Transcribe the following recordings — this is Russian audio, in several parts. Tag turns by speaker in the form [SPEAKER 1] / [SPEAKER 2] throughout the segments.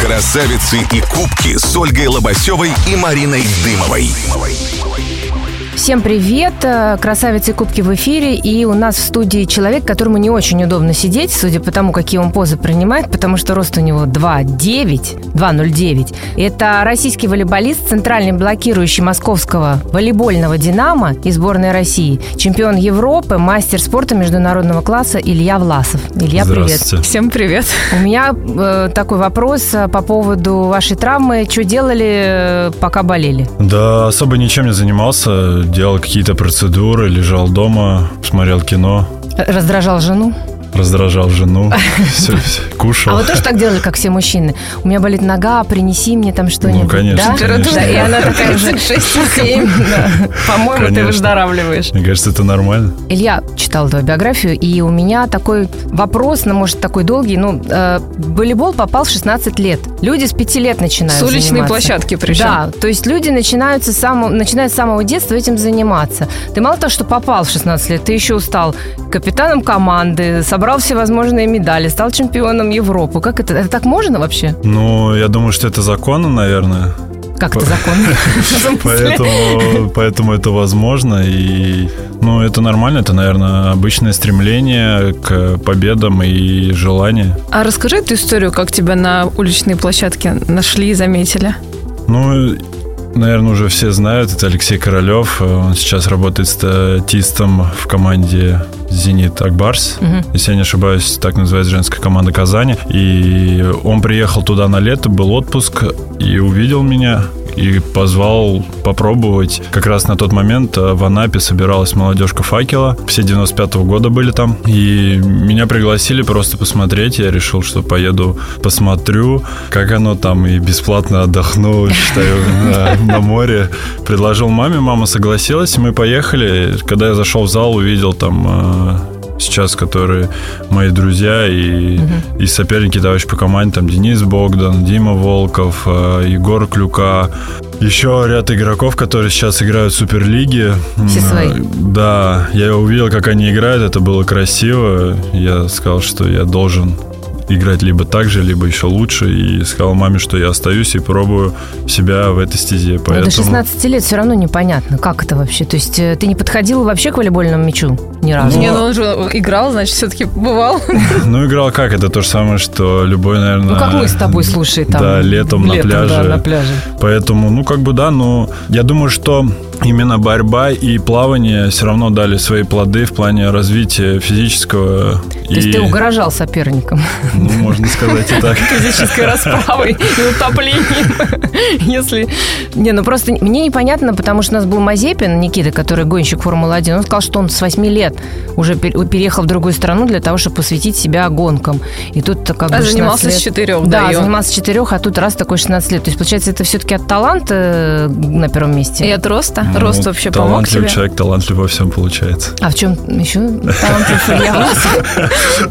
[SPEAKER 1] Красавицы и кубки с Ольгой Лобасевой и Мариной Дымовой.
[SPEAKER 2] Всем привет! э, Красавицы и Кубки в эфире. И у нас в студии человек, которому не очень удобно сидеть, судя по тому, какие он позы принимает, потому что рост у него 2,9, 2,09. Это российский волейболист, центральный блокирующий московского волейбольного «Динамо» и сборной России, чемпион Европы, мастер спорта международного класса Илья Власов. Илья, привет!
[SPEAKER 3] Здравствуйте.
[SPEAKER 4] Всем привет.
[SPEAKER 2] У меня э, такой вопрос э, по поводу вашей травмы. Что делали, э, пока болели?
[SPEAKER 3] Да, особо ничем не занимался. Делал какие-то процедуры, лежал дома, смотрел кино,
[SPEAKER 2] Р- Раздражал жену?
[SPEAKER 3] раздражал жену, все, все,
[SPEAKER 2] А
[SPEAKER 3] кушал.
[SPEAKER 2] вы тоже так делали, как все мужчины? У меня болит нога, принеси мне там что-нибудь.
[SPEAKER 3] Ну, конечно,
[SPEAKER 2] да?
[SPEAKER 3] конечно.
[SPEAKER 2] Да, и она такая же.
[SPEAKER 4] 36,7. да. По-моему, ты
[SPEAKER 3] Конечно.
[SPEAKER 4] выздоравливаешь.
[SPEAKER 3] Мне кажется, это нормально.
[SPEAKER 2] Илья читал твою биографию, и у меня такой вопрос, ну, может, такой долгий. Ну, э, волейбол попал в 16 лет. Люди с 5 лет начинают
[SPEAKER 4] С уличной
[SPEAKER 2] заниматься.
[SPEAKER 4] площадки причем.
[SPEAKER 2] Да, то есть люди начинают с, самого, начинают с самого детства этим заниматься. Ты мало того, что попал в 16 лет, ты еще стал капитаном команды, собрал всевозможные медали, стал чемпионом Европы. Как это? Это так можно вообще?
[SPEAKER 3] Ну, я думаю, что это законно, наверное.
[SPEAKER 2] Как это законно? В смысле?
[SPEAKER 3] Поэтому, поэтому это возможно. И, ну, это нормально. Это, наверное, обычное стремление к победам и желание.
[SPEAKER 4] А расскажи эту историю, как тебя на уличной площадке нашли и заметили.
[SPEAKER 3] Ну, наверное, уже все знают. Это Алексей Королев. Он сейчас работает статистом в команде «Зенит Акбарс».
[SPEAKER 2] Мгм.
[SPEAKER 3] Если я не ошибаюсь, так называется женская команда Казани. И он приехал туда на лето, был отпуск, и увидел меня и позвал попробовать. Как раз на тот момент э, в Анапе собиралась молодежка «Факела». Все 95-го года были там. И меня пригласили просто посмотреть. Я решил, что поеду посмотрю, как оно там, и бесплатно отдохну, считаю, на, на море. Предложил маме, мама согласилась, и мы поехали. Когда я зашел в зал, увидел там э, сейчас, которые мои друзья и, и соперники товарищ по команде, там Денис Богдан, Дима Волков, э, Егор Клюка, еще ряд игроков, которые сейчас играют в Суперлиге.
[SPEAKER 2] Все
[SPEAKER 3] М,
[SPEAKER 2] свои.
[SPEAKER 3] Да, я увидел, как они играют, это было красиво. Я сказал, что я должен играть либо так же, либо еще лучше. И сказал маме, что я остаюсь и пробую себя в этой стезе.
[SPEAKER 2] Ну,
[SPEAKER 3] Поэтому...
[SPEAKER 2] До 16 лет все равно непонятно, как это вообще. То есть э, ты не подходил вообще к волейбольному мячу ни разу?
[SPEAKER 4] Не, ну он же играл, значит, все-таки бывал.
[SPEAKER 3] Ну, играл как? Это то же самое, что любой, наверное...
[SPEAKER 2] Ну, как мы с тобой, слушай, там.
[SPEAKER 3] А, Да, летом на
[SPEAKER 2] да,
[SPEAKER 3] пляже.
[SPEAKER 2] на пляже.
[SPEAKER 3] Поэтому, ну, как бы да, но я думаю, что именно борьба и плавание все равно дали свои плоды в плане развития физического.
[SPEAKER 2] То есть ты угрожал соперникам
[SPEAKER 3] Ну, можно сказать и так.
[SPEAKER 4] Физической расправой и утоплением. Если...
[SPEAKER 2] Не, ну просто мне непонятно, потому что у нас был Мазепин, Никита, который гонщик Формулы-1, он сказал, что он с 8 лет уже пер- переехал в другую страну для того, чтобы посвятить себя гонкам. И тут как бы
[SPEAKER 4] А
[SPEAKER 2] 16
[SPEAKER 4] занимался
[SPEAKER 2] лет-
[SPEAKER 4] с четырех,
[SPEAKER 2] Да,
[SPEAKER 4] и он-
[SPEAKER 2] занимался с 4, а тут раз такой 16 лет. То есть, получается, это все-таки от таланта э, на первом месте?
[SPEAKER 4] И от роста?
[SPEAKER 3] Ну,
[SPEAKER 4] Рост вообще помог
[SPEAKER 3] Талантлив
[SPEAKER 4] тебе?
[SPEAKER 3] человек, талантлив во всем получается.
[SPEAKER 2] А в чем еще талант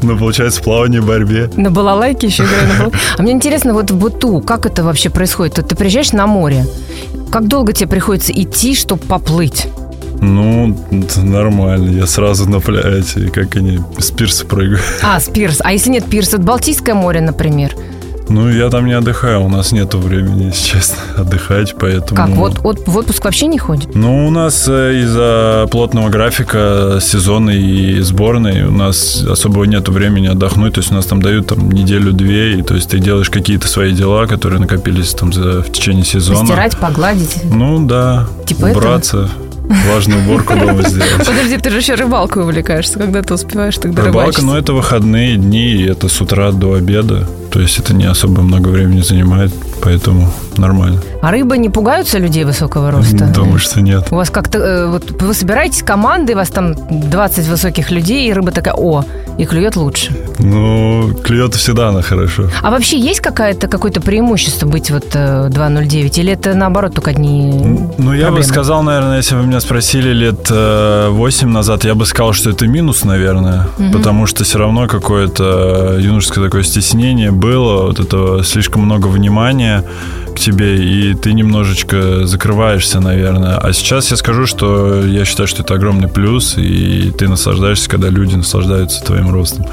[SPEAKER 3] Ну, получается, в плавании, борьбе.
[SPEAKER 2] На балалайке еще играю на балалайке. А мне интересно, вот в быту, как это вообще происходит? Вот ты приезжаешь на море, как долго тебе приходится идти, чтобы поплыть?
[SPEAKER 3] Ну, это нормально. Я сразу на пляже, как они с пирса прыгают.
[SPEAKER 2] А, с пирс. А если нет пирса, это Балтийское море, например.
[SPEAKER 3] Ну, я там не отдыхаю, у нас нету времени, если честно, отдыхать, поэтому...
[SPEAKER 2] Как, вот, от- в отпуск вообще не ходит?
[SPEAKER 3] Ну, у нас э, из-за плотного графика сезонный и сборной у нас особо нет времени отдохнуть. То есть у нас там дают там неделю-две, и то есть ты делаешь какие-то свои дела, которые накопились там за, в течение сезона.
[SPEAKER 2] Постирать, погладить.
[SPEAKER 3] Ну да,
[SPEAKER 2] Типа
[SPEAKER 3] убраться, важную уборку дома сделать.
[SPEAKER 4] Подожди, ты же еще рыбалкой увлекаешься, когда ты успеваешь тогда
[SPEAKER 3] Рыбалка, ну,
[SPEAKER 4] рыбачить.
[SPEAKER 3] но это выходные дни, и это с утра до обеда. То есть это не особо много времени занимает, поэтому нормально.
[SPEAKER 2] А рыбы не пугаются людей высокого роста?
[SPEAKER 3] Думаю, что нет.
[SPEAKER 2] У вас как-то, э, вот вы собираетесь командой, у вас там 20 высоких людей, и рыба такая, о, и клюет лучше.
[SPEAKER 3] Ну, клюет всегда она хорошо.
[SPEAKER 2] А вообще есть какая-то, какое-то преимущество быть вот э, 2.09? Или это наоборот только одни
[SPEAKER 3] Ну, я бы
[SPEAKER 2] проблемы?
[SPEAKER 3] сказал, наверное, если бы меня спросили лет э, 8 назад, я бы сказал, что это минус, наверное. Потому что все равно какое-то юношеское такое стеснение было, вот этого слишком много внимания к тебе, и ты немножечко закрываешься, наверное. А сейчас я скажу, что я считаю, что это огромный плюс, и ты наслаждаешься, когда люди наслаждаются твоим ростом.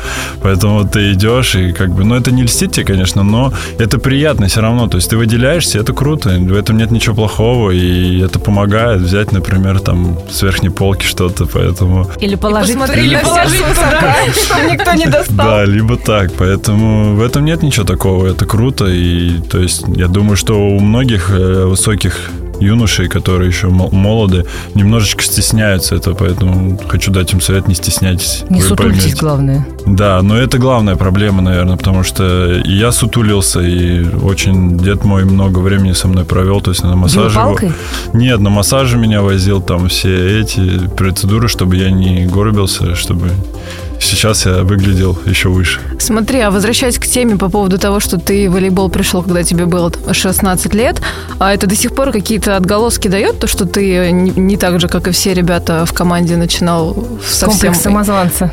[SPEAKER 3] поэтому ты идешь и как бы... Ну, это не льстит тебе, конечно, но это приятно все равно. То есть ты выделяешься, это круто, в этом нет ничего плохого, и это помогает взять, например, там с верхней полки что-то, поэтому...
[SPEAKER 2] Или положить
[SPEAKER 4] посмотрели
[SPEAKER 2] или
[SPEAKER 4] на
[SPEAKER 2] положить
[SPEAKER 4] всех
[SPEAKER 2] туда, чтобы никто не достал.
[SPEAKER 3] Да, либо так. Поэтому в этом нет ничего такого. Это круто. И то есть я думаю, что у многих э, высоких юношей, которые еще мол- молоды, немножечко стесняются этого, поэтому хочу дать им совет, не стесняйтесь.
[SPEAKER 2] Не
[SPEAKER 3] Вы
[SPEAKER 2] сутультесь,
[SPEAKER 3] поймете.
[SPEAKER 2] главное.
[SPEAKER 3] Да, но это главная проблема, наверное, потому что и я сутулился, и очень дед мой много времени со мной провел, то есть на массаже... его-
[SPEAKER 2] Палкой?
[SPEAKER 3] Нет, на массаже меня возил, там все эти процедуры, чтобы я не горбился, чтобы сейчас я выглядел еще выше.
[SPEAKER 4] Смотри, а возвращаясь к теме по поводу того, что ты в волейбол пришел, когда тебе было там, 16 лет, а это до сих пор какие-то отголоски дает, то, что ты не, не так же, как и все ребята в команде, начинал совсем...
[SPEAKER 2] Комплекс самозванца.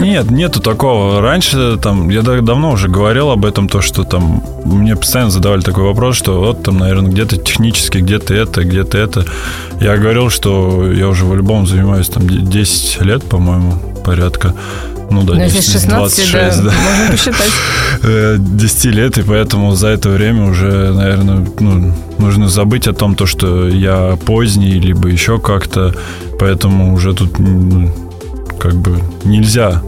[SPEAKER 3] Нет, нету такого. Раньше там, я да- давно уже говорил об этом, то, что там мне постоянно задавали такой вопрос, что вот там, наверное, где-то технически, где-то это, где-то это. Я говорил, что я уже волейболом занимаюсь там де- 10 лет, по-моему, порядка. Ну да,
[SPEAKER 2] Ну, если
[SPEAKER 3] 10,
[SPEAKER 2] 16, да,
[SPEAKER 3] 26, да.
[SPEAKER 2] можно посчитать.
[SPEAKER 3] Э, 10 лет, и поэтому за это время уже, наверное, ну, нужно забыть о том, то, что я поздний, либо еще как-то. Поэтому уже тут м, как бы нельзя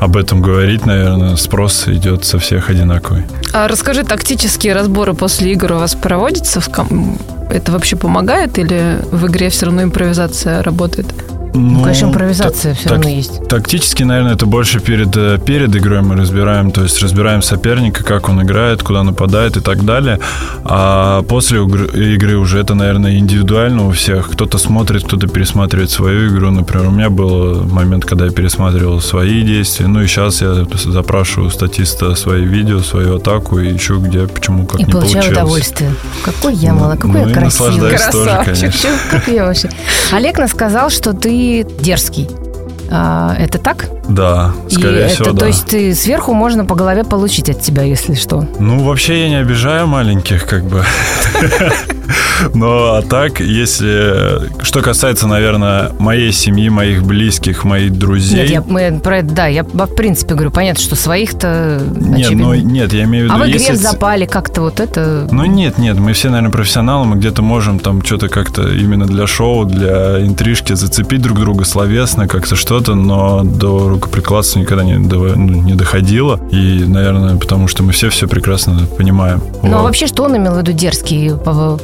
[SPEAKER 3] об этом говорить, наверное. Спрос идет со всех одинаковый.
[SPEAKER 4] А расскажи, тактические разборы после игр у вас проводятся? В ком- Это вообще помогает или в игре все равно импровизация работает?
[SPEAKER 2] Ну,
[SPEAKER 3] Ну,
[SPEAKER 2] конечно, импровизация все
[SPEAKER 3] так-
[SPEAKER 2] равно есть.
[SPEAKER 3] Тактически, наверное, это больше перед, э, перед игрой мы разбираем, то есть разбираем соперника, как он играет, куда нападает и так далее. А после угр- игры уже это, наверное, индивидуально у всех. Кто-то смотрит, кто-то пересматривает свою игру. Например, у меня был момент, когда я пересматривал свои действия. Ну и сейчас я запрашиваю у статиста свои видео, свою атаку и ищу, где, почему, как
[SPEAKER 2] И
[SPEAKER 3] не получилось.
[SPEAKER 2] получаю удовольствие. Какой я
[SPEAKER 3] Ну,
[SPEAKER 2] мало, какой
[SPEAKER 3] ну
[SPEAKER 2] я
[SPEAKER 3] и
[SPEAKER 2] красивый.
[SPEAKER 3] наслаждаюсь тоже, конечно.
[SPEAKER 2] Как я вообще? Олег нас сказал, что ты дерзкий. А, это так?
[SPEAKER 3] Да, скорее
[SPEAKER 2] И
[SPEAKER 3] всего,
[SPEAKER 2] это,
[SPEAKER 3] да.
[SPEAKER 2] То есть ты сверху можно по голове получить от тебя, если что.
[SPEAKER 3] Ну, вообще я не обижаю маленьких, как бы. Но а так, если... Что касается, наверное, моей семьи, моих близких, моих
[SPEAKER 2] Нет,
[SPEAKER 3] друзей...
[SPEAKER 2] я, мы про это, да, я в принципе говорю, понятно, что своих-то
[SPEAKER 3] Нет,
[SPEAKER 2] очевидно.
[SPEAKER 3] ну, нет, я имею в виду...
[SPEAKER 2] А в игре
[SPEAKER 3] если
[SPEAKER 2] в
[SPEAKER 3] ц-
[SPEAKER 2] запале как-то вот это...
[SPEAKER 3] Ну нет, нет, мы все, наверное, профессионалы, мы где-то можем там что-то как-то именно для шоу, для интрижки зацепить друг друга словесно, как-то что-то, но до рукоприкладства никогда не, дова- ну, не доходило. И, наверное, потому что мы все все прекрасно понимаем.
[SPEAKER 2] Ну а
[SPEAKER 3] Вот.
[SPEAKER 2] вообще, что он имел в виду дерзкий? По-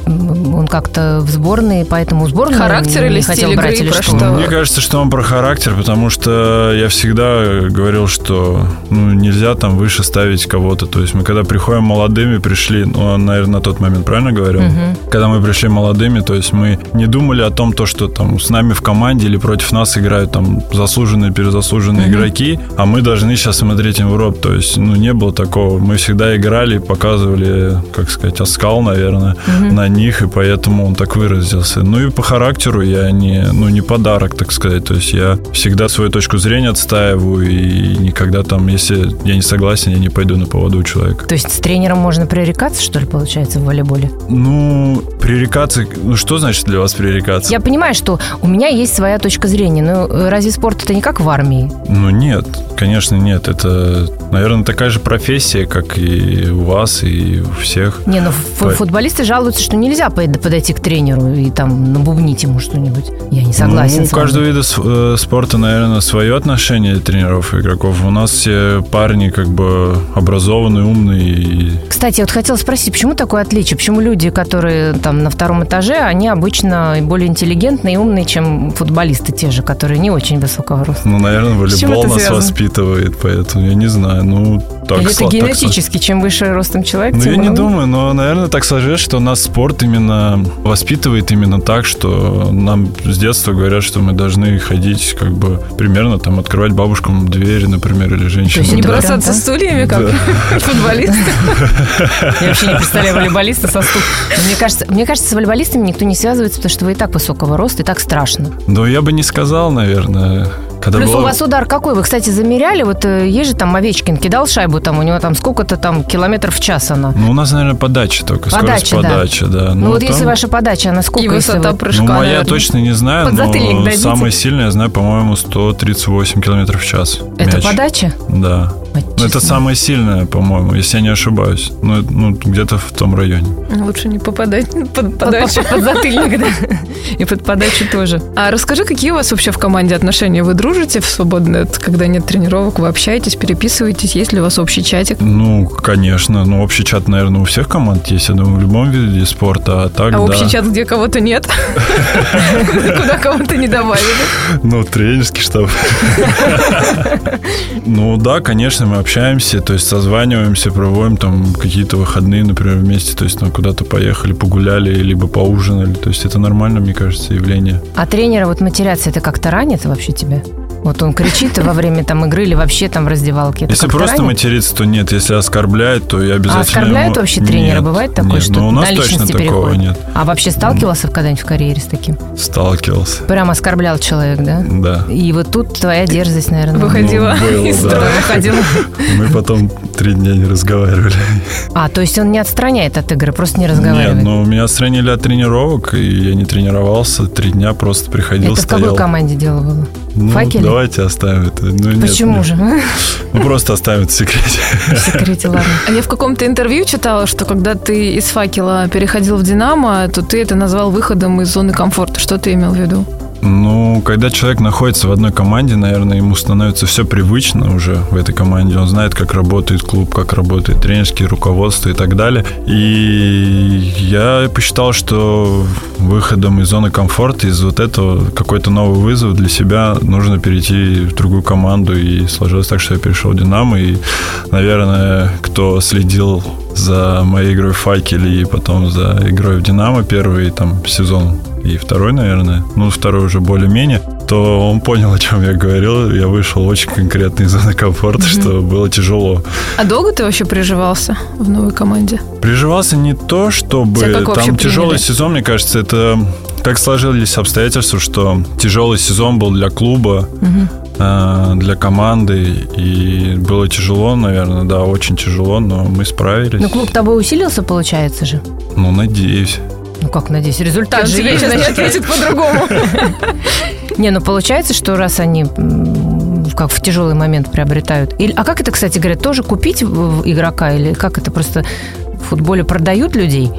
[SPEAKER 2] Он как-то в сборной, поэтому сборную
[SPEAKER 4] Характер
[SPEAKER 2] не
[SPEAKER 4] или
[SPEAKER 2] хотел
[SPEAKER 4] стиль
[SPEAKER 2] брать,
[SPEAKER 4] игры,
[SPEAKER 2] или
[SPEAKER 4] про
[SPEAKER 2] что?
[SPEAKER 4] что?
[SPEAKER 3] Мне кажется, что он про характер, потому что я всегда говорил, что ну, нельзя там выше ставить кого-то. То есть мы когда приходим молодыми, пришли, ну, наверное, на тот момент правильно говорю?
[SPEAKER 2] Мгм.
[SPEAKER 3] Когда мы пришли молодыми, то есть мы не думали о том, то, что там с нами в команде или против нас играют там заслуженные, перезаслуженные игроки, а мы должны сейчас смотреть им в рот. То есть, ну, не было такого. Мы всегда играли, показывали, как сказать, оскал, наверное, на них, и поэтому он так выразился. Ну и по характеру я не, ну, не подарок, так сказать. То есть я всегда свою точку зрения отстаиваю, и никогда там, если я не согласен, я не пойду на поводу у человека.
[SPEAKER 2] То есть с тренером можно пререкаться, что ли, получается, в волейболе?
[SPEAKER 3] Ну, пререкаться... Ну, что значит для вас пререкаться?
[SPEAKER 2] Я понимаю, что у меня есть своя точка зрения, но э, разве спорт это не как в армии?
[SPEAKER 3] Ну, нет, конечно, нет. Это, наверное, такая же профессия, как и у вас, и у всех.
[SPEAKER 2] Не, ну фу-
[SPEAKER 3] Ой.
[SPEAKER 2] футболисты жалуются, что нельзя пойд- подойти к тренеру и там набубнить ему что-нибудь. Я не согласен
[SPEAKER 3] Ну, у
[SPEAKER 2] с вами.
[SPEAKER 3] каждого вида с- э, спорта, наверное, свое отношение тренеров и игроков. У нас все парни как бы образованные, умные. И...
[SPEAKER 2] Кстати, я вот хотела спросить, почему такое отличие? Почему люди, которые там на втором этаже, они обычно более интеллигентные и умные, чем футболисты те же, которые не очень высокого роста?
[SPEAKER 3] Ну, наверное,
[SPEAKER 4] чем
[SPEAKER 3] волейбол
[SPEAKER 4] это
[SPEAKER 3] нас
[SPEAKER 4] связано?
[SPEAKER 3] воспитывает, поэтому я не знаю. Ну, так
[SPEAKER 2] Или
[SPEAKER 3] сла-
[SPEAKER 2] это
[SPEAKER 3] так сла-
[SPEAKER 2] генетически, чем выше ростом человек,
[SPEAKER 3] Ну,
[SPEAKER 2] тем
[SPEAKER 3] я не
[SPEAKER 2] он-
[SPEAKER 3] думаю, но, наверное, так сложилось, что нас спорт именно воспитывает именно так, что нам с детства говорят, что мы должны ходить как бы примерно там открывать бабушкам двери, например, или женщинам.
[SPEAKER 2] есть не
[SPEAKER 4] Не
[SPEAKER 2] Да.
[SPEAKER 3] да.
[SPEAKER 2] бросаться
[SPEAKER 4] бросаться стульями, как футболист?
[SPEAKER 2] Я вообще не представляю волейболиста со стул. Но Мне кажется, мне кажется, с волейболистами никто не связывается, потому что вы и так высокого роста, и так страшно.
[SPEAKER 3] Но я бы не сказал, наверное. Когда
[SPEAKER 2] Плюс
[SPEAKER 3] была-
[SPEAKER 2] у вас удар какой? Вы, кстати, замеряли? Вот э, есть же там Овечкин кидал шайбу, там у него там сколько-то там километров в час она.
[SPEAKER 3] Ну, у нас, наверное, подача только.
[SPEAKER 2] Подача,
[SPEAKER 3] скорость
[SPEAKER 2] да.
[SPEAKER 3] подачи, да.
[SPEAKER 2] Ну, вот
[SPEAKER 3] там-
[SPEAKER 2] если ваша подача, она сколько?
[SPEAKER 4] И
[SPEAKER 2] если
[SPEAKER 4] высота
[SPEAKER 2] вот-
[SPEAKER 4] прыжка,
[SPEAKER 3] Ну, моя
[SPEAKER 4] наверное.
[SPEAKER 3] точно не знаю,
[SPEAKER 4] Подзатыльник
[SPEAKER 3] но
[SPEAKER 4] дадите?
[SPEAKER 3] самая сильная, я знаю, по-моему, 138 километров в час.
[SPEAKER 2] Это
[SPEAKER 3] Мяч.
[SPEAKER 2] подача?
[SPEAKER 3] Да.
[SPEAKER 2] Вот
[SPEAKER 3] Ну, Это
[SPEAKER 2] честно.
[SPEAKER 3] самое сильное, по-моему, если я не ошибаюсь. Ну, это, ну, где-то в том районе.
[SPEAKER 4] Лучше не попадать под
[SPEAKER 2] Под,
[SPEAKER 4] подачу.
[SPEAKER 2] под- под затыльник, да. И под подачу тоже.
[SPEAKER 4] А расскажи, какие у вас вообще в команде отношения? Вы дружите в свободное, это когда нет тренировок, вы общаетесь, переписываетесь, есть ли у вас общий чатик?
[SPEAKER 3] Ну, конечно. Ну, общий чат, наверное, у всех команд есть, я думаю, в любом виде спорта. А так,
[SPEAKER 4] А
[SPEAKER 3] да.
[SPEAKER 4] общий чат, где кого-то нет? Куда кого-то не добавили?
[SPEAKER 3] Ну, тренерский штаб. Ну да, конечно, мы общаемся, то есть созваниваемся, проводим там какие-то выходные, например, вместе, то есть там куда-то поехали, погуляли, либо поужинали. То есть это нормально, мне кажется, явление.
[SPEAKER 2] А тренера вот матеряться это как-то ранит вообще тебя? Вот он кричит во время там игры или вообще там в раздевалке. Это
[SPEAKER 3] если
[SPEAKER 2] как-то
[SPEAKER 3] просто
[SPEAKER 2] ранит?
[SPEAKER 3] материться, то нет. Если оскорбляет, то я обязательно...
[SPEAKER 2] А оскорбляют
[SPEAKER 3] ему-
[SPEAKER 2] вообще тренера?
[SPEAKER 3] Нет,
[SPEAKER 2] Бывает такое,
[SPEAKER 3] нет.
[SPEAKER 2] что
[SPEAKER 3] Ну, у нас
[SPEAKER 2] на
[SPEAKER 3] точно
[SPEAKER 2] личности
[SPEAKER 3] такого
[SPEAKER 2] переходит?
[SPEAKER 3] нет.
[SPEAKER 2] А вообще сталкивался когда-нибудь в карьере с таким?
[SPEAKER 3] Сталкивался.
[SPEAKER 2] Прям оскорблял человек, да?
[SPEAKER 3] Да.
[SPEAKER 2] И вот тут твоя дерзость, наверное.
[SPEAKER 4] Выходила
[SPEAKER 3] Ну, было,
[SPEAKER 4] из
[SPEAKER 3] да.
[SPEAKER 4] строя, выходила.
[SPEAKER 3] Мы потом три дня не разговаривали.
[SPEAKER 2] А, то есть он не отстраняет от игры, просто не разговаривает.
[SPEAKER 3] Нет, ну меня отстранили от тренировок, и я не тренировался. Три дня просто приходил,
[SPEAKER 2] Это в
[SPEAKER 3] стоял.
[SPEAKER 2] какой команде дело было?
[SPEAKER 3] Ну,
[SPEAKER 2] Факеле?
[SPEAKER 3] давайте оставим это. Ну, нет,
[SPEAKER 2] Почему
[SPEAKER 3] нет.
[SPEAKER 2] же?
[SPEAKER 3] Ну, просто оставим это в секрете.
[SPEAKER 2] В секрете, ладно.
[SPEAKER 4] А Я в каком-то интервью читала, что когда ты из факела переходил в Динамо, то ты это назвал выходом из зоны комфорта. Что ты имел в виду?
[SPEAKER 3] Ну, когда человек находится в одной команде, наверное, ему становится все привычно уже в этой команде. Он знает, как работает клуб, как работает тренерские руководство и так далее. И я посчитал, что выходом из зоны комфорта, из вот этого какой-то новый вызов для себя нужно перейти в другую команду. И сложилось так, что я перешел в «Динамо». И, наверное, кто следил за моей игрой в «Факеле» и потом за игрой в «Динамо» первый там сезон и второй, наверное, ну, второй уже более-менее, то он понял, о чем я говорил. Я вышел очень конкретно из зоны комфорта, что было тяжело.
[SPEAKER 4] А долго ты вообще приживался в новой команде?
[SPEAKER 3] Приживался не то, чтобы...
[SPEAKER 4] Тебя как вообще
[SPEAKER 3] Там тяжелый
[SPEAKER 4] приняли?
[SPEAKER 3] сезон, мне кажется, это... Так сложились обстоятельства, что тяжелый сезон был для клуба, э, для команды, и было тяжело, наверное, да, очень тяжело, но мы справились.
[SPEAKER 2] Ну, клуб тобой усилился, получается же?
[SPEAKER 3] Ну, надеюсь.
[SPEAKER 2] Ну, как, надеюсь, результат
[SPEAKER 4] Он
[SPEAKER 2] же
[SPEAKER 4] тебе
[SPEAKER 2] есть.
[SPEAKER 4] сейчас не
[SPEAKER 2] значит.
[SPEAKER 4] ответит по-другому.
[SPEAKER 2] Не, ну, получается, что раз они м, как в тяжелый момент приобретают. Или- а как это, кстати говоря, тоже купить в- в игрока? Или как это просто в футболе продают людей?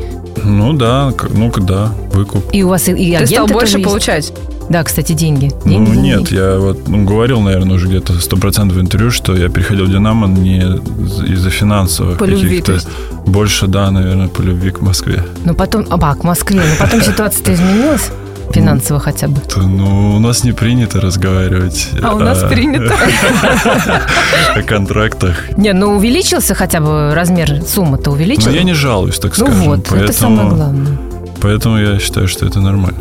[SPEAKER 3] Ну да, к- ну-ка да, выкуп.
[SPEAKER 2] И у вас и, и
[SPEAKER 4] Ты
[SPEAKER 2] агенты
[SPEAKER 4] стал
[SPEAKER 2] тоже
[SPEAKER 4] больше
[SPEAKER 2] есть?
[SPEAKER 4] получать.
[SPEAKER 2] Да, кстати, деньги.
[SPEAKER 3] Ну
[SPEAKER 2] Деньги, деньги.
[SPEAKER 3] нет, я вот ну, говорил, наверное, уже где-то 100% в интервью, что я переходил в «Динамо» не из- из-за финансовых
[SPEAKER 4] По любви, то
[SPEAKER 3] каких-то.
[SPEAKER 4] есть?
[SPEAKER 3] Больше, да, наверное, по любви к Москве.
[SPEAKER 2] Ну потом, а, ба, к Москве. Ну потом ситуация-то изменилась? Финансово хотя бы.
[SPEAKER 3] То, ну, у нас не принято разговаривать
[SPEAKER 4] А у нас
[SPEAKER 3] э,
[SPEAKER 4] принято.
[SPEAKER 3] о контрактах.
[SPEAKER 2] Не, ну увеличился хотя бы размер суммы-то увеличил.
[SPEAKER 3] Но я не жалуюсь, так
[SPEAKER 2] ну
[SPEAKER 3] скажем.
[SPEAKER 2] вот, это самое главное.
[SPEAKER 3] Поэтому я считаю, что это нормально.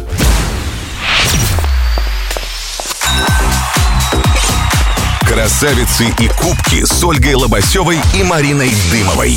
[SPEAKER 1] Красавицы и кубки с Ольгой Лобасевой и Мариной Дымовой.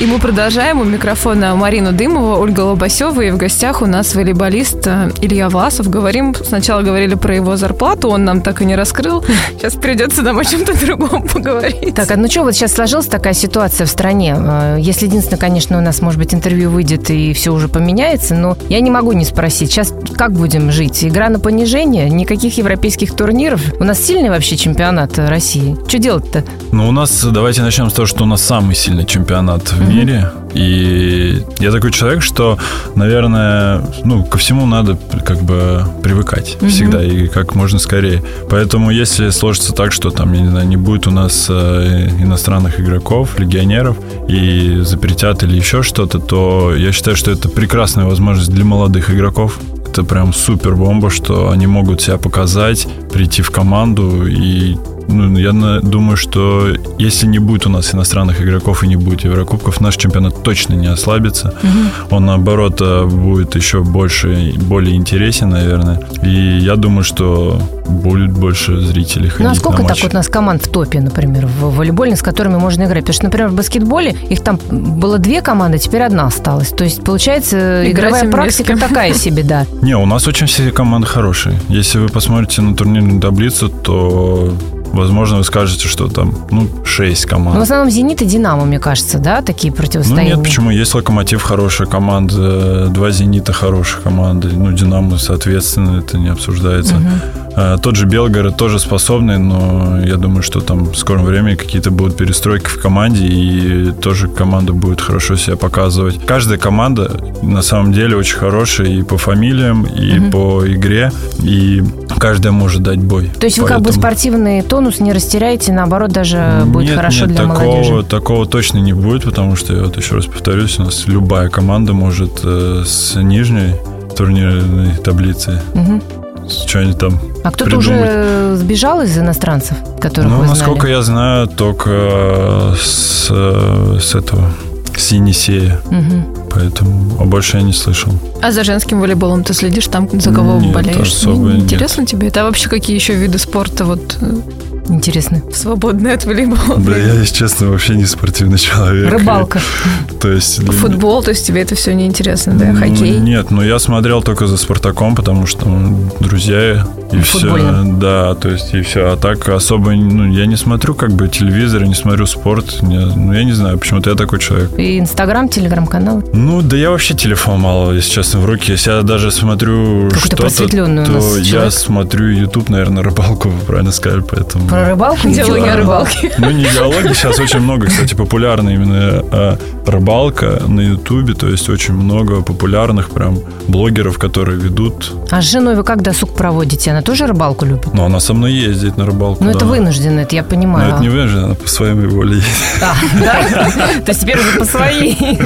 [SPEAKER 4] И мы продолжаем. У микрофона Марина Дымова, Ольга Лобасева. И в гостях у нас волейболист э, Илья Власов. Говорим, сначала говорили про его зарплату, он нам так и не раскрыл. Сейчас придется нам о чем-то другом поговорить.
[SPEAKER 2] Так, а ну что, вот сейчас сложилась такая ситуация в стране. Э, Если единственное, конечно, у нас, может быть, интервью выйдет и все уже поменяется, но я не могу не спросить, сейчас как будем жить? Игра на понижение? Никаких европейских турниров? У нас сильный вообще чемпионат э, России? Что делать-то?
[SPEAKER 3] Ну, у нас, давайте начнем с того, что у нас самый сильный чемпионат в мире. И я такой человек, что, наверное, ну, ко всему надо как бы привыкать всегда и как можно скорее. Поэтому если сложится так, что там, я не знаю, не будет у нас э, иностранных игроков, легионеров и запретят или еще что-то, то я считаю, что это прекрасная возможность для молодых игроков. Это прям супер бомба, что они могут себя показать, прийти в команду и ну, я на- думаю, что если не будет у нас иностранных игроков и не будет Еврокубков, наш чемпионат точно не ослабится. Он, наоборот, э, будет еще больше, и более интересен, наверное. И я думаю, что будет больше зрителей ходить
[SPEAKER 2] Ну а сколько
[SPEAKER 3] на
[SPEAKER 2] так
[SPEAKER 3] матчи.
[SPEAKER 2] вот у нас команд в топе, например, в волейбольной, с которыми можно играть? Потому что, например, в баскетболе их там было две команды, теперь одна осталась. То есть, получается,
[SPEAKER 4] Играть им
[SPEAKER 2] игровая
[SPEAKER 4] не с
[SPEAKER 2] практика
[SPEAKER 4] кем.
[SPEAKER 2] такая себе, да.
[SPEAKER 3] Не, у нас очень все команды хорошие. Если вы посмотрите на турнирную таблицу, то, возможно, вы скажете, что там, ну, 6 команд.
[SPEAKER 2] Но в основном «Зенит» и «Динамо», мне кажется, да, такие
[SPEAKER 3] Ну
[SPEAKER 2] противостояния?
[SPEAKER 3] нет, почему? Есть Локомотив хорошая команда, два Зенита хорошая команда, ну Динамо, соответственно, это не обсуждается. Э, Тот же Белгород тоже способный, но я думаю, что там в скором времени какие-то будут перестройки в команде, и тоже команда будет хорошо себя показывать. Каждая команда на самом деле очень хорошая и по фамилиям, и по игре, и каждая может дать бой.
[SPEAKER 2] То есть вы как бы
[SPEAKER 3] Поэтому-
[SPEAKER 2] спортивный тонус не растеряете, наоборот, даже будет
[SPEAKER 3] нет,
[SPEAKER 2] хорошо
[SPEAKER 3] нет,
[SPEAKER 2] для
[SPEAKER 3] такого,
[SPEAKER 2] молодежи.
[SPEAKER 3] такого точно не будет, потому что, я вот еще раз повторюсь, у нас любая команда может э, с нижней турнирной таблицы
[SPEAKER 2] Мгм.
[SPEAKER 3] что-нибудь там
[SPEAKER 2] А кто-то
[SPEAKER 3] придумать.
[SPEAKER 2] уже сбежал из иностранцев, которых
[SPEAKER 3] Ну,
[SPEAKER 2] вы знали?
[SPEAKER 3] насколько я знаю, только с, э, с этого, с Енисея.
[SPEAKER 2] Мгм.
[SPEAKER 3] Поэтому а больше я не слышал.
[SPEAKER 4] А за женским волейболом ты следишь там, за кого
[SPEAKER 3] Нет,
[SPEAKER 4] болеешь?
[SPEAKER 3] особо
[SPEAKER 4] Не- не
[SPEAKER 3] нет.
[SPEAKER 4] Интересно тебе это? А вообще какие еще виды спорта вот э,
[SPEAKER 2] Интересно.
[SPEAKER 4] свободные от волейбола?
[SPEAKER 3] Да, я, если честно, вообще не спортивный человек.
[SPEAKER 2] Рыбалка.
[SPEAKER 3] То есть для меня-
[SPEAKER 4] Футбол, то есть тебе это все неинтересно, да?
[SPEAKER 3] Ну,
[SPEAKER 4] Хоккей?
[SPEAKER 3] Нет, но я смотрел только за Спартаком, потому что м, друзья и
[SPEAKER 2] Ну,
[SPEAKER 3] все.
[SPEAKER 2] Футбольным.
[SPEAKER 3] Да, то есть и все. А так особо, ну, я не смотрю как бы телевизор, я не смотрю спорт. Не- ну, я не знаю, почему-то я такой человек.
[SPEAKER 2] И Инстаграм, Телеграм-канал.
[SPEAKER 3] Ну, да я вообще телефон мало, если честно, в руки. Если я даже смотрю
[SPEAKER 2] Какой-то
[SPEAKER 3] что-то,
[SPEAKER 2] просветленный у нас
[SPEAKER 3] то я
[SPEAKER 2] человек.
[SPEAKER 3] смотрю YouTube, наверное, рыбалку, вы правильно сказали, поэтому...
[SPEAKER 2] Про рыбалку?
[SPEAKER 4] Диалоги
[SPEAKER 2] ничего?
[SPEAKER 4] о рыбалке.
[SPEAKER 3] Ну, не диалоги, сейчас очень много, кстати, популярна именно э, рыбалка на Ютубе, то есть очень много популярных прям блогеров, которые ведут.
[SPEAKER 2] А с женой вы как досуг проводите? Она тоже рыбалку любит?
[SPEAKER 3] Но она со мной ездит на рыбалку.
[SPEAKER 2] Ну, это
[SPEAKER 3] да.
[SPEAKER 2] вынужденно, это я
[SPEAKER 3] Но
[SPEAKER 2] понимаю.
[SPEAKER 3] это не вынуждена, она по своей воле ездит.
[SPEAKER 2] А, да? То есть теперь уже по своей.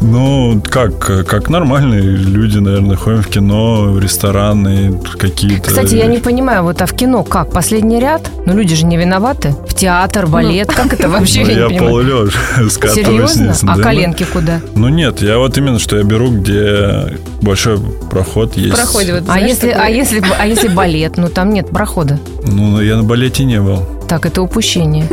[SPEAKER 3] Ну, как, как нормальные люди, наверное, ходим в кино, в рестораны какие-то.
[SPEAKER 2] Кстати, я не понимаю, вот а в кино как? Последний ряд? Ну, люди же не виноваты. В театр, балет, как это вообще?
[SPEAKER 3] Ну,
[SPEAKER 2] Я
[SPEAKER 3] я
[SPEAKER 2] не понимаю.
[SPEAKER 3] полулеж скатываюсь
[SPEAKER 2] Серьезно?
[SPEAKER 3] вниз,
[SPEAKER 2] А
[SPEAKER 3] да.
[SPEAKER 2] коленки куда?
[SPEAKER 3] Ну нет, я вот именно, что я беру, где большой проход есть.
[SPEAKER 4] Проходит вот,
[SPEAKER 2] А
[SPEAKER 4] знаешь,
[SPEAKER 2] если, а,
[SPEAKER 4] такой.
[SPEAKER 2] если, а если балет? Ну, там нет прохода.
[SPEAKER 3] Ну, я на балете не был,
[SPEAKER 2] Так, это упущение.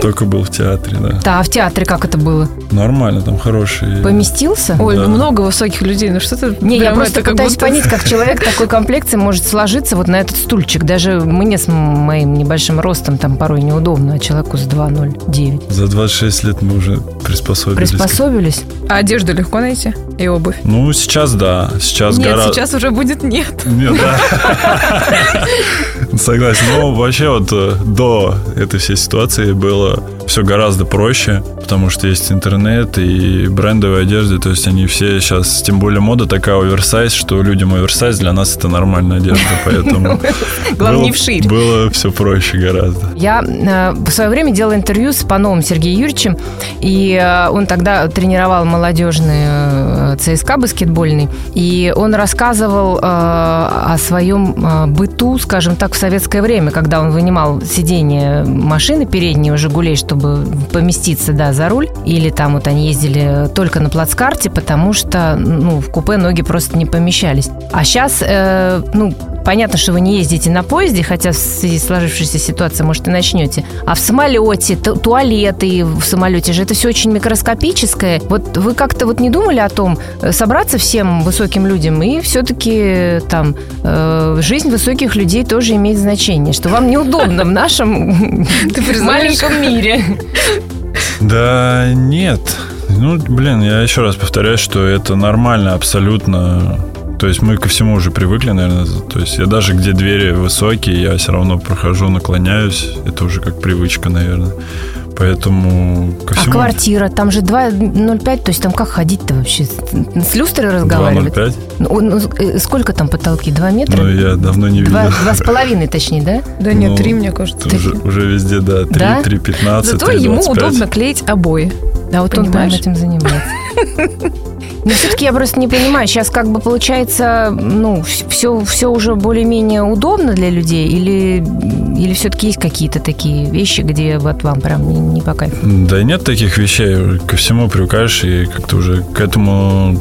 [SPEAKER 3] только был в театре, да.
[SPEAKER 2] Да, а в театре как это было?
[SPEAKER 3] Нормально, там хорошие.
[SPEAKER 2] Поместился?
[SPEAKER 4] Ой,
[SPEAKER 3] Да.
[SPEAKER 4] ну много высоких людей, ну что ты...
[SPEAKER 2] Не, я
[SPEAKER 4] прям
[SPEAKER 2] просто
[SPEAKER 4] это как
[SPEAKER 2] пытаюсь
[SPEAKER 4] будто-
[SPEAKER 2] понять, как человек такой комплекции может сложиться вот на этот стульчик. Даже мне с м- моим небольшим ростом там порой неудобно, а человеку с 2,09.
[SPEAKER 3] За 26 лет мы уже приспособились. к-
[SPEAKER 2] Приспособились?
[SPEAKER 4] А одежду легко найти? И обувь?
[SPEAKER 3] Ну, сейчас да, сейчас
[SPEAKER 4] Нет,
[SPEAKER 3] гораздо...
[SPEAKER 4] сейчас уже будет нет.
[SPEAKER 3] Нет, да. Согласен. Но вообще вот э, до этой всей ситуации было все гораздо проще, потому что есть интернет и брендовые одежды, то есть они все сейчас, тем более мода такая оверсайз, что людям оверсайз для нас это нормальная одежда, поэтому...
[SPEAKER 4] Главное, не
[SPEAKER 3] было-
[SPEAKER 4] вширь.
[SPEAKER 3] Было все проще гораздо.
[SPEAKER 2] Я э, в свое время делала интервью с Пановым Сергеем Юрьевичем, и э, он тогда тренировал молодежный э, ЦСКА баскетбольный, и он рассказывал э, о своем э, быту, скажем так, в советское время, когда он вынимал сиденье машины переднего «Жигулей», чтобы поместиться, да, за руль, или там вот они ездили только на плацкарте, потому что, ну, в купе ноги просто не помещались. А сейчас, ну, Понятно, что вы не ездите на поезде, хотя в связи с сложившейся ситуацией, может, и начнете. А в самолете, ту- туалеты в самолете же, это все очень микроскопическое. Вот вы как-то вот не думали о том, э, собраться всем высоким людям и все-таки там э, жизнь высоких людей тоже имеет значение, что вам неудобно в нашем маленьком мире.
[SPEAKER 3] Да нет. Ну, блин, я еще раз повторяю, что это нормально абсолютно. То есть мы ко всему уже привыкли, наверное. То есть я даже где двери высокие, я все равно прохожу, наклоняюсь. Это уже как привычка, наверное. Поэтому ко
[SPEAKER 2] А
[SPEAKER 3] всему...
[SPEAKER 2] квартира, там же 2,05, то есть там как ходить-то вообще? С люстрой разговаривать?
[SPEAKER 3] 2,05?
[SPEAKER 2] Ну, он, э, Сколько там потолки, 2 метра?
[SPEAKER 3] Ну, я давно не видел.
[SPEAKER 2] Два, два с половиной, точнее, да?
[SPEAKER 4] Да
[SPEAKER 3] Ну,
[SPEAKER 4] нет, три, мне кажется.
[SPEAKER 3] Уже, уже везде, да, 3,
[SPEAKER 2] Да?
[SPEAKER 3] 3,15,
[SPEAKER 4] Зато ему
[SPEAKER 3] 3,25.
[SPEAKER 4] удобно клеить обои.
[SPEAKER 2] Да, вот он прям
[SPEAKER 4] Понимаешь?
[SPEAKER 2] этим занимается. Но все-таки Ну, я просто не понимаю, сейчас как бы получается, ну, все, все уже более-менее удобно для людей или, или все-таки есть какие-то такие вещи, где вот вам прям не, не по кайфу?
[SPEAKER 3] Да и нет таких вещей, ко всему привыкаешь и как-то уже к этому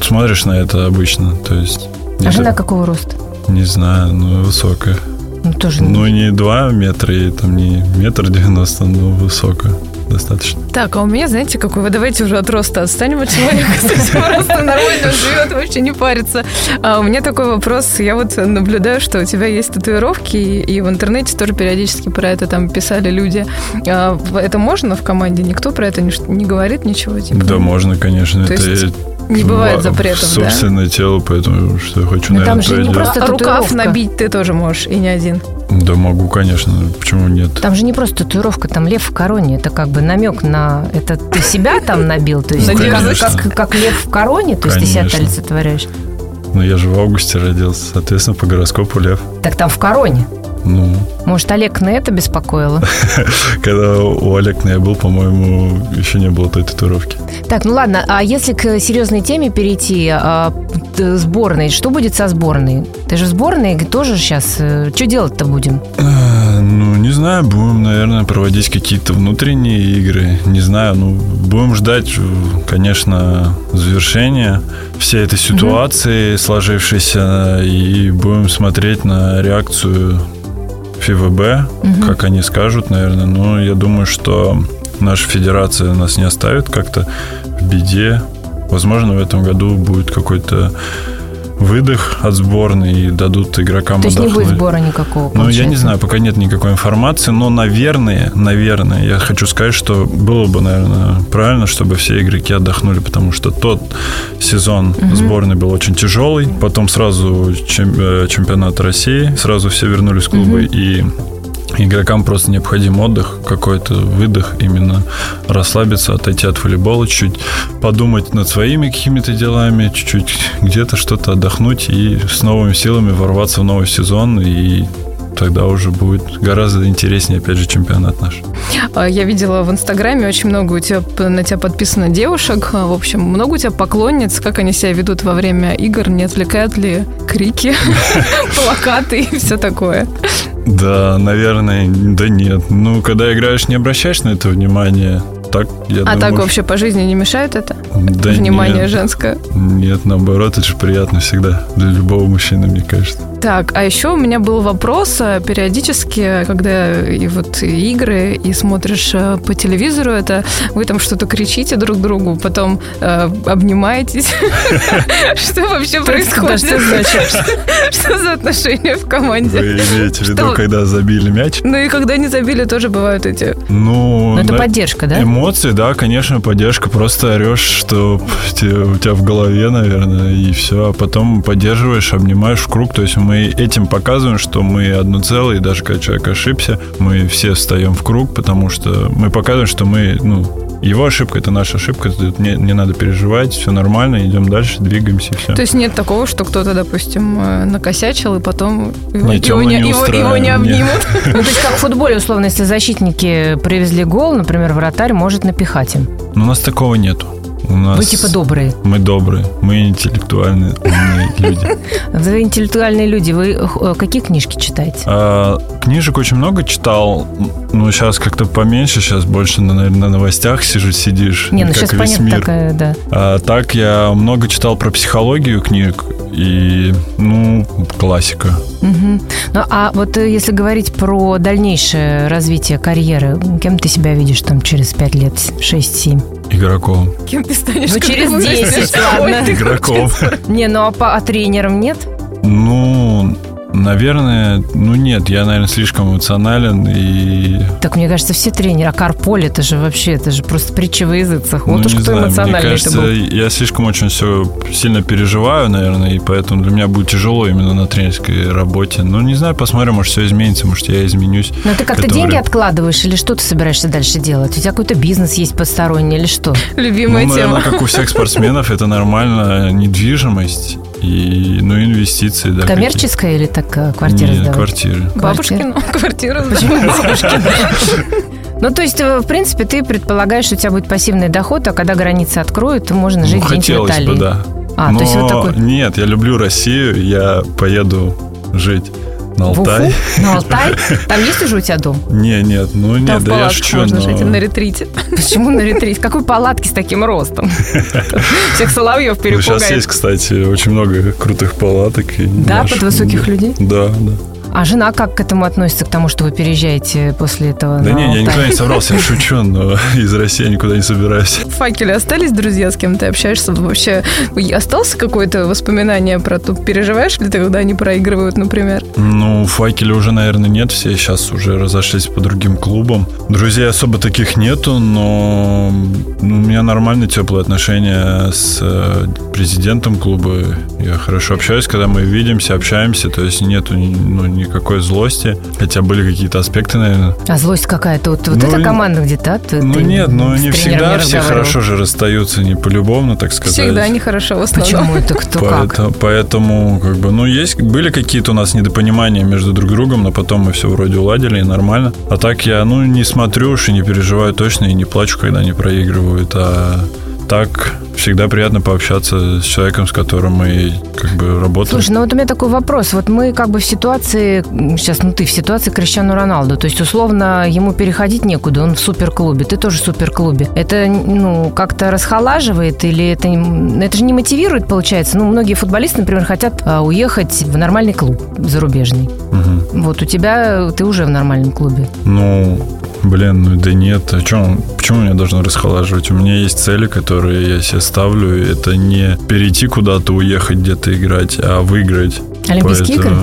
[SPEAKER 3] смотришь на это обычно. То есть,
[SPEAKER 2] А жена
[SPEAKER 3] это-
[SPEAKER 2] какого роста?
[SPEAKER 3] не знаю, ну высокая.
[SPEAKER 2] Ну, тоже не-
[SPEAKER 3] Ну не 2 метра и там не метр девяносто, но высокая достаточно.
[SPEAKER 4] Так, а у меня, знаете, какой? Вы давайте уже от роста отстанем от человека. Кстати, просто нормально живет, вообще не парится. А у меня такой вопрос. Я вот наблюдаю, что у тебя есть татуировки, и, и в интернете тоже периодически про это там писали люди. А в- это можно в команде? Никто про это не, ш- не говорит ничего? Типа?
[SPEAKER 3] Да, можно, конечно.
[SPEAKER 4] То
[SPEAKER 3] это
[SPEAKER 4] есть-
[SPEAKER 3] и
[SPEAKER 4] Не бывает
[SPEAKER 3] в-
[SPEAKER 4] запретов,
[SPEAKER 3] в
[SPEAKER 4] да.
[SPEAKER 3] собственное тело, поэтому что я хочу,
[SPEAKER 2] Ну,
[SPEAKER 3] наверное,
[SPEAKER 2] там же
[SPEAKER 3] то и
[SPEAKER 2] не
[SPEAKER 3] делаю.
[SPEAKER 2] просто
[SPEAKER 4] А рукав
[SPEAKER 2] татуировка.
[SPEAKER 4] набить ты тоже можешь, и не один.
[SPEAKER 3] Да могу, конечно, почему нет?
[SPEAKER 2] Там же не просто татуировка, там лев в короне. Это как бы намек на... Это ты себя там набил? То есть
[SPEAKER 4] Ну,
[SPEAKER 2] ты как,
[SPEAKER 3] конечно.
[SPEAKER 2] как- как лев в короне, то есть ты себя
[SPEAKER 3] Конечно.
[SPEAKER 2] олицетворяешь.
[SPEAKER 3] Но я же в августе родился, соответственно, по гороскопу лев.
[SPEAKER 2] Так там в короне.
[SPEAKER 3] Ну,
[SPEAKER 2] Может, Олег на это беспокоило?
[SPEAKER 3] когда у Олега я был, по-моему, еще не было той татуировки.
[SPEAKER 2] Так, ну ладно, а если к серьезной теме перейти, а, т- сборной, что будет со сборной? Ты же в сборной тоже сейчас, что делать-то будем?
[SPEAKER 3] А, Ну, не знаю, будем, наверное, проводить какие-то внутренние игры. Не знаю, ну, будем ждать, э, конечно, завершения всей этой ситуации сложившейся. э, И будем смотреть на реакцию ФИВБ, как они скажут, наверное. Ну, я думаю, что наша федерация нас не оставит как-то в беде. Возможно, в этом году будет какой-то выдох от сборной и дадут игрокам
[SPEAKER 2] То есть не будет
[SPEAKER 3] отдохнуть.
[SPEAKER 2] сбора никакого?
[SPEAKER 3] Ну, я не
[SPEAKER 2] получается?
[SPEAKER 3] знаю, пока нет никакой информации, но, наверное, наверное, я хочу сказать, что было бы, наверное, правильно, чтобы все игроки отдохнули, потому что тот сезон сборной был очень тяжелый, потом сразу чем- э, чемпионат России, сразу все вернулись в клубы, и игрокам просто необходим отдых, какой-то выдох, именно расслабиться, отойти от волейбола, чуть подумать над своими какими-то делами, чуть-чуть где-то что-то отдохнуть и с новыми силами ворваться в новый сезон и тогда уже будет гораздо интереснее, опять же, чемпионат наш.
[SPEAKER 4] А, Я видела в Инстаграме очень много у тебя п- на тебя подписано девушек. А, В общем, много у тебя поклонниц. Как они себя ведут во время игр? Не отвлекают ли крики, плакаты и все такое?
[SPEAKER 3] Да, наверное, да нет. Ну, когда играешь, не обращаешь на это внимания. Так, я
[SPEAKER 4] А
[SPEAKER 3] думаю,
[SPEAKER 4] так
[SPEAKER 3] что-
[SPEAKER 4] вообще по жизни не мешает это?
[SPEAKER 3] да
[SPEAKER 4] Внимание
[SPEAKER 3] нет.
[SPEAKER 4] женское.
[SPEAKER 3] Нет, наоборот, это же приятно всегда для любого мужчины, мне кажется.
[SPEAKER 4] Так, а еще у меня был вопрос э, периодически, когда и вот и игры, и смотришь э, по телевизору, это вы там что-то кричите друг другу, потом э, обнимаетесь. Что вообще
[SPEAKER 2] Да,
[SPEAKER 4] происходит?
[SPEAKER 2] что значит?
[SPEAKER 4] Что за отношения в
[SPEAKER 3] Вы
[SPEAKER 4] команде?
[SPEAKER 3] имеете в виду,
[SPEAKER 4] Что?
[SPEAKER 3] когда забили мяч?
[SPEAKER 4] Ну и когда не забили, тоже бывают эти.
[SPEAKER 3] Ну,
[SPEAKER 2] Ну, это
[SPEAKER 3] на-
[SPEAKER 2] поддержка, да?
[SPEAKER 3] Эмоции, да, конечно, поддержка. Просто орешь, что те- у тебя в голове, наверное, и все. А потом поддерживаешь, обнимаешь в круг. То есть мы этим показываем, что мы одно целое, и даже когда человек ошибся, мы все встаем в круг, потому что мы показываем, что мы, ну, его ошибка, это наша ошибка, тут не, не надо переживать, все нормально, идем дальше, двигаемся, и все.
[SPEAKER 4] То есть нет такого, что кто-то, допустим, э, накосячил, и потом его
[SPEAKER 3] Не,
[SPEAKER 4] его
[SPEAKER 3] Тёма
[SPEAKER 4] не
[SPEAKER 3] не
[SPEAKER 4] его-
[SPEAKER 3] устраивает,
[SPEAKER 4] его не
[SPEAKER 3] не.
[SPEAKER 4] обнимут.
[SPEAKER 2] Ну, то есть как в футболе, условно, если защитники привезли гол, например, вратарь может напихать им.
[SPEAKER 3] Но у нас такого нету. У нас
[SPEAKER 2] Вы типа добрые.
[SPEAKER 3] мы добрые, мы интеллектуальные, умные люди.
[SPEAKER 2] Вы интеллектуальные люди. Вы э, какие книжки читаете?
[SPEAKER 3] А, Книжек очень много читал. Ну, сейчас как-то поменьше, сейчас больше, наверное, на новостях сижу, сидишь.
[SPEAKER 2] Не, ну
[SPEAKER 3] как
[SPEAKER 2] сейчас
[SPEAKER 3] весь
[SPEAKER 2] понятно
[SPEAKER 3] мир.
[SPEAKER 2] такая, да.
[SPEAKER 3] А, так я много читал про психологию книг и, ну, классика.
[SPEAKER 2] Мгм. Ну, а вот э, если говорить про дальнейшее развитие карьеры, кем ты себя видишь там через 5 лет, 6-7?
[SPEAKER 3] Игроков.
[SPEAKER 4] Кем ты станешь?
[SPEAKER 2] Ну,
[SPEAKER 4] когда
[SPEAKER 2] через
[SPEAKER 4] вырастешь?
[SPEAKER 2] 10,
[SPEAKER 4] Ой,
[SPEAKER 2] ладно.
[SPEAKER 4] ты
[SPEAKER 3] Игроков.
[SPEAKER 2] Не, ну а, по, а тренером нет?
[SPEAKER 3] Ну, наверное, ну нет, я, наверное, слишком эмоционален и...
[SPEAKER 2] Так мне кажется, все тренеры. А Карполь это же вообще, это же просто притча во языцах. Вот
[SPEAKER 3] ну,
[SPEAKER 2] уж
[SPEAKER 3] не
[SPEAKER 2] кто
[SPEAKER 3] знаю, мне
[SPEAKER 2] эмоциональный это
[SPEAKER 3] кажется,
[SPEAKER 2] был.
[SPEAKER 3] я слишком очень все сильно переживаю, наверное, и поэтому для меня будет тяжело именно на тренерской работе. Ну, не знаю, посмотрим, может, все изменится, может, я изменюсь.
[SPEAKER 2] Но Ну, ты как-то
[SPEAKER 3] Это
[SPEAKER 2] деньги
[SPEAKER 3] вряд-
[SPEAKER 2] откладываешь или что ты собираешься дальше делать? У тебя какой-то бизнес есть посторонний или что?
[SPEAKER 4] Любимая
[SPEAKER 3] ну,
[SPEAKER 4] тема.
[SPEAKER 3] наверное, как у всех спортсменов, это нормально недвижимость и, ну, инвестиции. Да,
[SPEAKER 2] Коммерческая или так э,
[SPEAKER 3] какие-то.
[SPEAKER 2] квартира
[SPEAKER 3] Не,
[SPEAKER 2] сдавать?
[SPEAKER 3] квартиры.
[SPEAKER 4] Бабушкину квартиру. сдам.
[SPEAKER 2] Ну, то есть, э, в принципе, ты предполагаешь, что у тебя будет пассивный доход, а когда границы откроют, то можно жить
[SPEAKER 3] ну,
[SPEAKER 2] где-нибудь в
[SPEAKER 3] хотелось бы,
[SPEAKER 2] Италии.
[SPEAKER 3] да.
[SPEAKER 2] А,
[SPEAKER 3] Но
[SPEAKER 2] то есть вот такой...
[SPEAKER 3] Нет, я люблю Россию, я поеду жить на
[SPEAKER 2] В Уфу?
[SPEAKER 3] Алтай.
[SPEAKER 2] На Алтай? Там есть уже у тебя дом?
[SPEAKER 3] Не, нет, ну
[SPEAKER 4] Там
[SPEAKER 3] нет,
[SPEAKER 4] в
[SPEAKER 3] да я
[SPEAKER 4] палатках
[SPEAKER 3] шучу,
[SPEAKER 4] можно
[SPEAKER 3] но-
[SPEAKER 4] жить, на ретрите.
[SPEAKER 2] Почему на ретрит? Какой палатки с таким ростом? Всех соловьев
[SPEAKER 3] Ну, сейчас
[SPEAKER 2] перепугает.
[SPEAKER 3] есть, кстати, очень много крутых палаток. и
[SPEAKER 2] Да,
[SPEAKER 3] наш-
[SPEAKER 2] под высоких людей?
[SPEAKER 3] Да, да.
[SPEAKER 2] А жена как к этому относится, к тому, что вы переезжаете после этого?
[SPEAKER 3] Да
[SPEAKER 2] на
[SPEAKER 3] не, я
[SPEAKER 2] Алтай?
[SPEAKER 3] никуда не собрался, я шучу, но из России я никуда не собираюсь.
[SPEAKER 4] В факеле остались друзья, с кем ты общаешься? Ну, Вообще и осталось какое-то воспоминание про то, переживаешь ли ты, когда они проигрывают, например?
[SPEAKER 3] Ну, факеля уже, наверное, нет. Все сейчас уже разошлись по другим клубам. Друзей особо таких нету, но ну, у меня нормально теплые отношения с э, президентом клуба. Я хорошо общаюсь, когда мы видимся, общаемся. То есть нету ну, никакой злости. Хотя были какие-то аспекты, наверное.
[SPEAKER 2] А злость какая-то, вот, вот
[SPEAKER 3] Ну,
[SPEAKER 2] эта
[SPEAKER 3] не-
[SPEAKER 2] команда где-то, а? Ты-
[SPEAKER 3] ну
[SPEAKER 2] ты
[SPEAKER 3] нет, но
[SPEAKER 2] с тренером
[SPEAKER 3] не всегда
[SPEAKER 2] не
[SPEAKER 3] все
[SPEAKER 2] разговаривал.
[SPEAKER 3] хорошо же расстаются, не полюбовно, так сказать.
[SPEAKER 4] Всегда нехорошо в основном.
[SPEAKER 2] Почему это кто как?
[SPEAKER 3] Поэтому, поэтому, как бы, ну, есть, были какие-то у нас недопонимания между друг другом, но потом мы все вроде уладили и нормально. А так я, ну, не смотрю уж и не переживаю точно, и не плачу, когда они проигрывают, а так всегда приятно пообщаться с человеком, с которым мы как бы работаем.
[SPEAKER 2] Слушай, ну вот у меня такой вопрос. Вот мы как бы в ситуации, м, сейчас, ну ты в ситуации Криштиану Роналду. То есть, условно, ему переходить некуда, он в суперклубе, ты тоже в суперклубе. Это, ну, как-то расхолаживает или это, не- это же не мотивирует, получается? Ну, многие футболисты, например, хотят а, уехать в нормальный клуб зарубежный.
[SPEAKER 3] Мгм.
[SPEAKER 2] Вот у тебя, э, ты уже в нормальном клубе.
[SPEAKER 3] Ну, блин, ну да нет. О чем, почему меня должно расхолаживать? У меня есть цели, которые я себе ставлю. и Это не перейти куда-то, уехать где-то играть, а выиграть.
[SPEAKER 2] Олимпийские игры?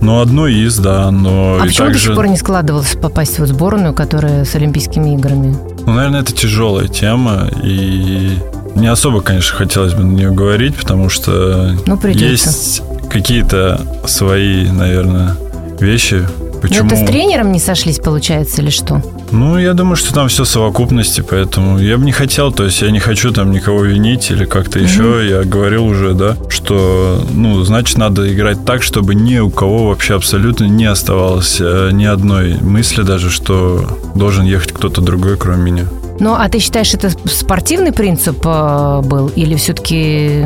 [SPEAKER 3] Ну, одно из, да, но
[SPEAKER 2] а
[SPEAKER 3] и
[SPEAKER 2] почему до
[SPEAKER 3] также...
[SPEAKER 2] сих пор не складывалось попасть в сборную, которая с Олимпийскими играми?
[SPEAKER 3] Ну, наверное, это тяжелая тема, и не особо, конечно, хотелось бы на нее говорить, потому что
[SPEAKER 2] Ну, придется.
[SPEAKER 3] есть какие-то свои, наверное, вещи.
[SPEAKER 2] Ну,
[SPEAKER 3] Почему?
[SPEAKER 2] это с тренером не сошлись, получается, или что?
[SPEAKER 3] Ну, я думаю, что там все совокупности, поэтому я бы не хотел, то есть я не хочу там никого винить или как-то еще. Я говорил уже, да, что, ну, значит, надо играть так, чтобы ни у кого вообще абсолютно не оставалось э, ни одной мысли даже, что должен ехать кто-то другой, кроме меня.
[SPEAKER 2] Ну, а ты считаешь, это спортивный принцип э, был? Или все-таки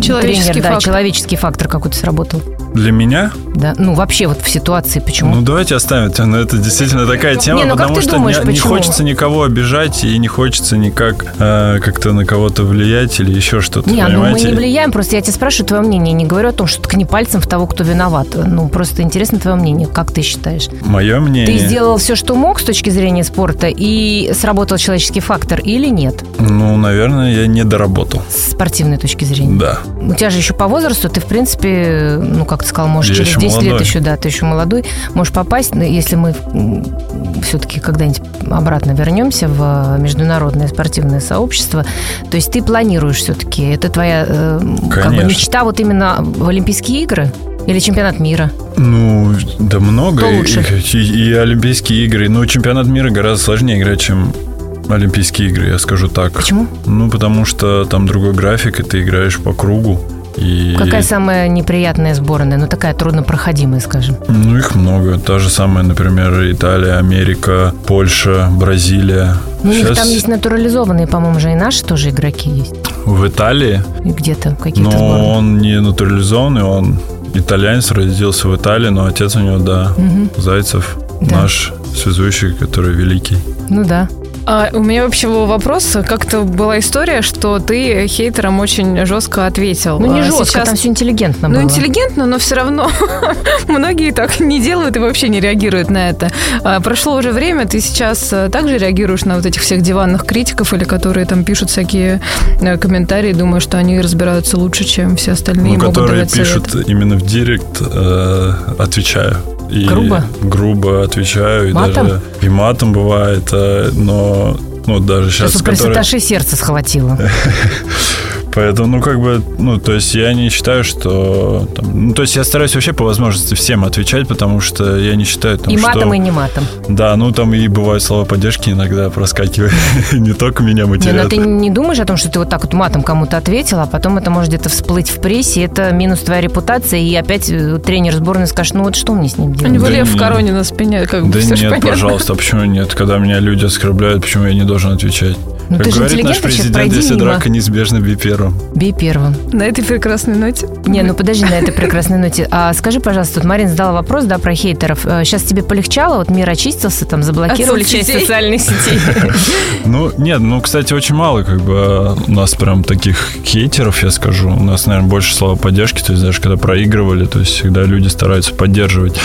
[SPEAKER 4] Человеческий
[SPEAKER 2] тренер, да,
[SPEAKER 4] фактор.
[SPEAKER 2] человеческий фактор какой-то сработал?
[SPEAKER 3] Для меня
[SPEAKER 2] Да. Ну, вообще вот в ситуации почему?
[SPEAKER 3] Ну, давайте оставим это. Но это действительно такая тема,
[SPEAKER 2] Не, ну как
[SPEAKER 3] потому
[SPEAKER 2] ты
[SPEAKER 3] что
[SPEAKER 2] думаешь,
[SPEAKER 3] не- не,
[SPEAKER 2] почему?
[SPEAKER 3] хочется никого обижать и не хочется никак э, как-то на кого-то влиять или еще что-то,
[SPEAKER 2] не, ну мы
[SPEAKER 3] понимаете?
[SPEAKER 2] не влияем, просто я тебя спрашиваю твое мнение, не говорю о том, что ткни пальцем в того, кто виноват. Ну, просто интересно твое мнение, как ты считаешь?
[SPEAKER 3] Мое мнение...
[SPEAKER 2] Ты сделал все, что мог с точки зрения спорта, и сработал человеческий фактор или нет,
[SPEAKER 3] Ну, наверное, я не доработал.
[SPEAKER 2] с спортивной точки зрения?
[SPEAKER 3] Да.
[SPEAKER 2] У тебя же еще по возрасту, ты, в принципе, ну, как ты сказал, можешь
[SPEAKER 3] Я
[SPEAKER 2] через
[SPEAKER 3] еще
[SPEAKER 2] 10 лет
[SPEAKER 3] молодой.
[SPEAKER 2] еще, да, ты еще молодой, можешь попасть, но если мы все-таки когда-нибудь обратно вернемся в э, международное спортивное сообщество, то есть ты планируешь все-таки, это твоя э, как бы
[SPEAKER 3] Конечно.
[SPEAKER 2] мечта вот именно в Олимпийские игры или чемпионат мира?
[SPEAKER 3] Ну, да много.
[SPEAKER 2] Кто
[SPEAKER 3] И-
[SPEAKER 2] лучше?
[SPEAKER 3] И, и Олимпийские игры. Ну, чемпионат мира гораздо сложнее играть, чем Олимпийские игры, я скажу так.
[SPEAKER 2] Почему?
[SPEAKER 3] Ну, потому что там другой график, и ты играешь по кругу. И...
[SPEAKER 2] Какая самая неприятная сборная, ну такая труднопроходимая, скажем?
[SPEAKER 3] Ну, их много. Та же самая, например, Италия, Америка, Польша, Бразилия.
[SPEAKER 2] Ну, у них
[SPEAKER 3] Сейчас
[SPEAKER 2] там есть натурализованные, по-моему, же и наши тоже игроки есть.
[SPEAKER 3] в Италии,
[SPEAKER 2] И где-то в каких-то
[SPEAKER 3] но
[SPEAKER 2] сборных.
[SPEAKER 3] он не натурализованный, он итальянец, родился в Италии, но отец у него, да,
[SPEAKER 2] Мгм.
[SPEAKER 3] Зайцев,
[SPEAKER 2] Да.
[SPEAKER 3] наш связующий, который великий.
[SPEAKER 2] Ну да.
[SPEAKER 4] А у меня вообще был вопрос. Как-то была история, что ты хейтерам очень жестко ответил.
[SPEAKER 2] Ну, не
[SPEAKER 4] А
[SPEAKER 2] жестко,
[SPEAKER 4] сейчас-
[SPEAKER 2] там все интеллигентно
[SPEAKER 4] Ну,
[SPEAKER 2] было.
[SPEAKER 4] интеллигентно, но все равно многие так не делают и вообще не реагируют на это. А, Прошло уже время, ты сейчас э, также реагируешь на вот этих всех диванных критиков или которые там пишут всякие э, комментарии, думаю, что они разбираются лучше, чем все
[SPEAKER 3] Ну,
[SPEAKER 4] остальные. и могут
[SPEAKER 3] которые
[SPEAKER 4] давать совет.
[SPEAKER 3] пишут именно в директ, э, отвечаю. И
[SPEAKER 2] Грубо?
[SPEAKER 3] Грубо отвечаю. И
[SPEAKER 2] Матом?
[SPEAKER 3] даже и матом бывает, э, но ну, даже сейчас... Э,
[SPEAKER 2] Сейчас у пресс-атташе сердце схватило.
[SPEAKER 3] Поэтому, ну, как бы, ну, то есть я не считаю, что... там, ну, то есть я стараюсь вообще по возможности всем отвечать, потому что я не считаю, там,
[SPEAKER 2] И
[SPEAKER 3] что...
[SPEAKER 2] матом, и не матом.
[SPEAKER 3] Да, ну, там и бывают слова поддержки иногда проскакивают. не только меня
[SPEAKER 2] Не, но
[SPEAKER 3] матерят.
[SPEAKER 2] ты не думаешь о том, что ты вот так вот матом кому-то ответил, а потом это может где-то всплыть в прессе, и это минус твоя репутация, и опять э, тренер сборной скажет, ну вот что мне с ним
[SPEAKER 4] У него
[SPEAKER 2] делать?
[SPEAKER 3] Да
[SPEAKER 4] лев в
[SPEAKER 3] не.
[SPEAKER 4] короне на спине, как бы
[SPEAKER 3] Да
[SPEAKER 4] всё
[SPEAKER 3] нет,
[SPEAKER 4] же понятно.
[SPEAKER 3] пожалуйста, а почему нет? Когда меня люди оскорбляют, почему я не должен отвечать?
[SPEAKER 2] Ну,
[SPEAKER 3] Как
[SPEAKER 2] ты же
[SPEAKER 3] говорит
[SPEAKER 2] интеллигентный
[SPEAKER 3] наш
[SPEAKER 2] человек,
[SPEAKER 3] президент,
[SPEAKER 2] пройди
[SPEAKER 3] если
[SPEAKER 2] мимо.
[SPEAKER 3] драка неизбежна, бей первым.
[SPEAKER 2] Бей первым.
[SPEAKER 4] На этой прекрасной ноте.
[SPEAKER 2] Не, ну подожди на этой прекрасной ноте. А скажи, пожалуйста, вот Марин задала вопрос, да, про хейтеров. Сейчас тебе полегчало, вот мир очистился, там заблокировали
[SPEAKER 4] От
[SPEAKER 2] часть
[SPEAKER 4] соцсетей.
[SPEAKER 2] социальных сетей.
[SPEAKER 3] Ну, нет, ну, кстати, очень мало, как бы, э, у нас прям таких хейтеров, я скажу. У нас, наверное, больше слова поддержки, то есть даже когда проигрывали, то есть всегда люди стараются поддерживать.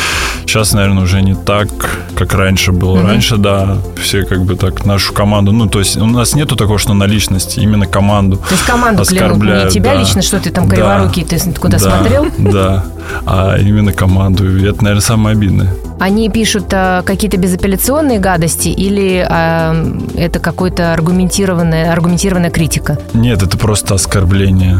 [SPEAKER 3] Сейчас, наверное, уже не так, как раньше было. Раньше, да, все как бы так нашу команду, ну, то есть у нас нету такого, что на личность, именно команду.
[SPEAKER 2] То есть команду клянут, не
[SPEAKER 3] Оскорбляют,
[SPEAKER 2] тебя
[SPEAKER 3] да.
[SPEAKER 2] лично, что ты там
[SPEAKER 3] Да.
[SPEAKER 2] криворукий, ты куда
[SPEAKER 3] Да,
[SPEAKER 2] смотрел.
[SPEAKER 3] Да, а именно команду. И это, наверное, самое обидное.
[SPEAKER 2] Они пишут а, какие-то безапелляционные гадости или а, это какой-то аргументированная, аргументированная критика?
[SPEAKER 3] Нет, это просто оскорбление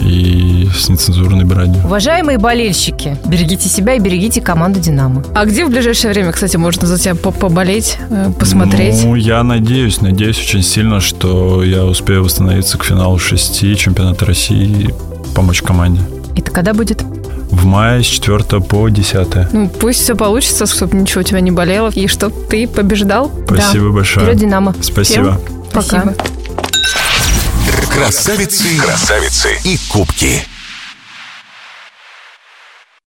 [SPEAKER 3] и с нецензурной бранью.
[SPEAKER 2] Уважаемые болельщики, берегите себя и берегите команду «Динамо».
[SPEAKER 4] А где в ближайшее время, кстати, можно за тебя по- поболеть, э, посмотреть?
[SPEAKER 3] Ну, я надеюсь, надеюсь очень сильно, что я успею восстановиться к финалу шести чемпионата России и помочь команде.
[SPEAKER 2] Это когда будет?
[SPEAKER 3] В мае с 4 по 10.
[SPEAKER 4] Ну, пусть все получится, чтобы ничего у тебя не болело, и чтоб ты побеждал.
[SPEAKER 3] Спасибо большое.
[SPEAKER 2] Вперед, «Динамо».
[SPEAKER 3] Спасибо.
[SPEAKER 4] Пока.
[SPEAKER 2] Спасибо.
[SPEAKER 1] Красавицы, красавицы и кубки.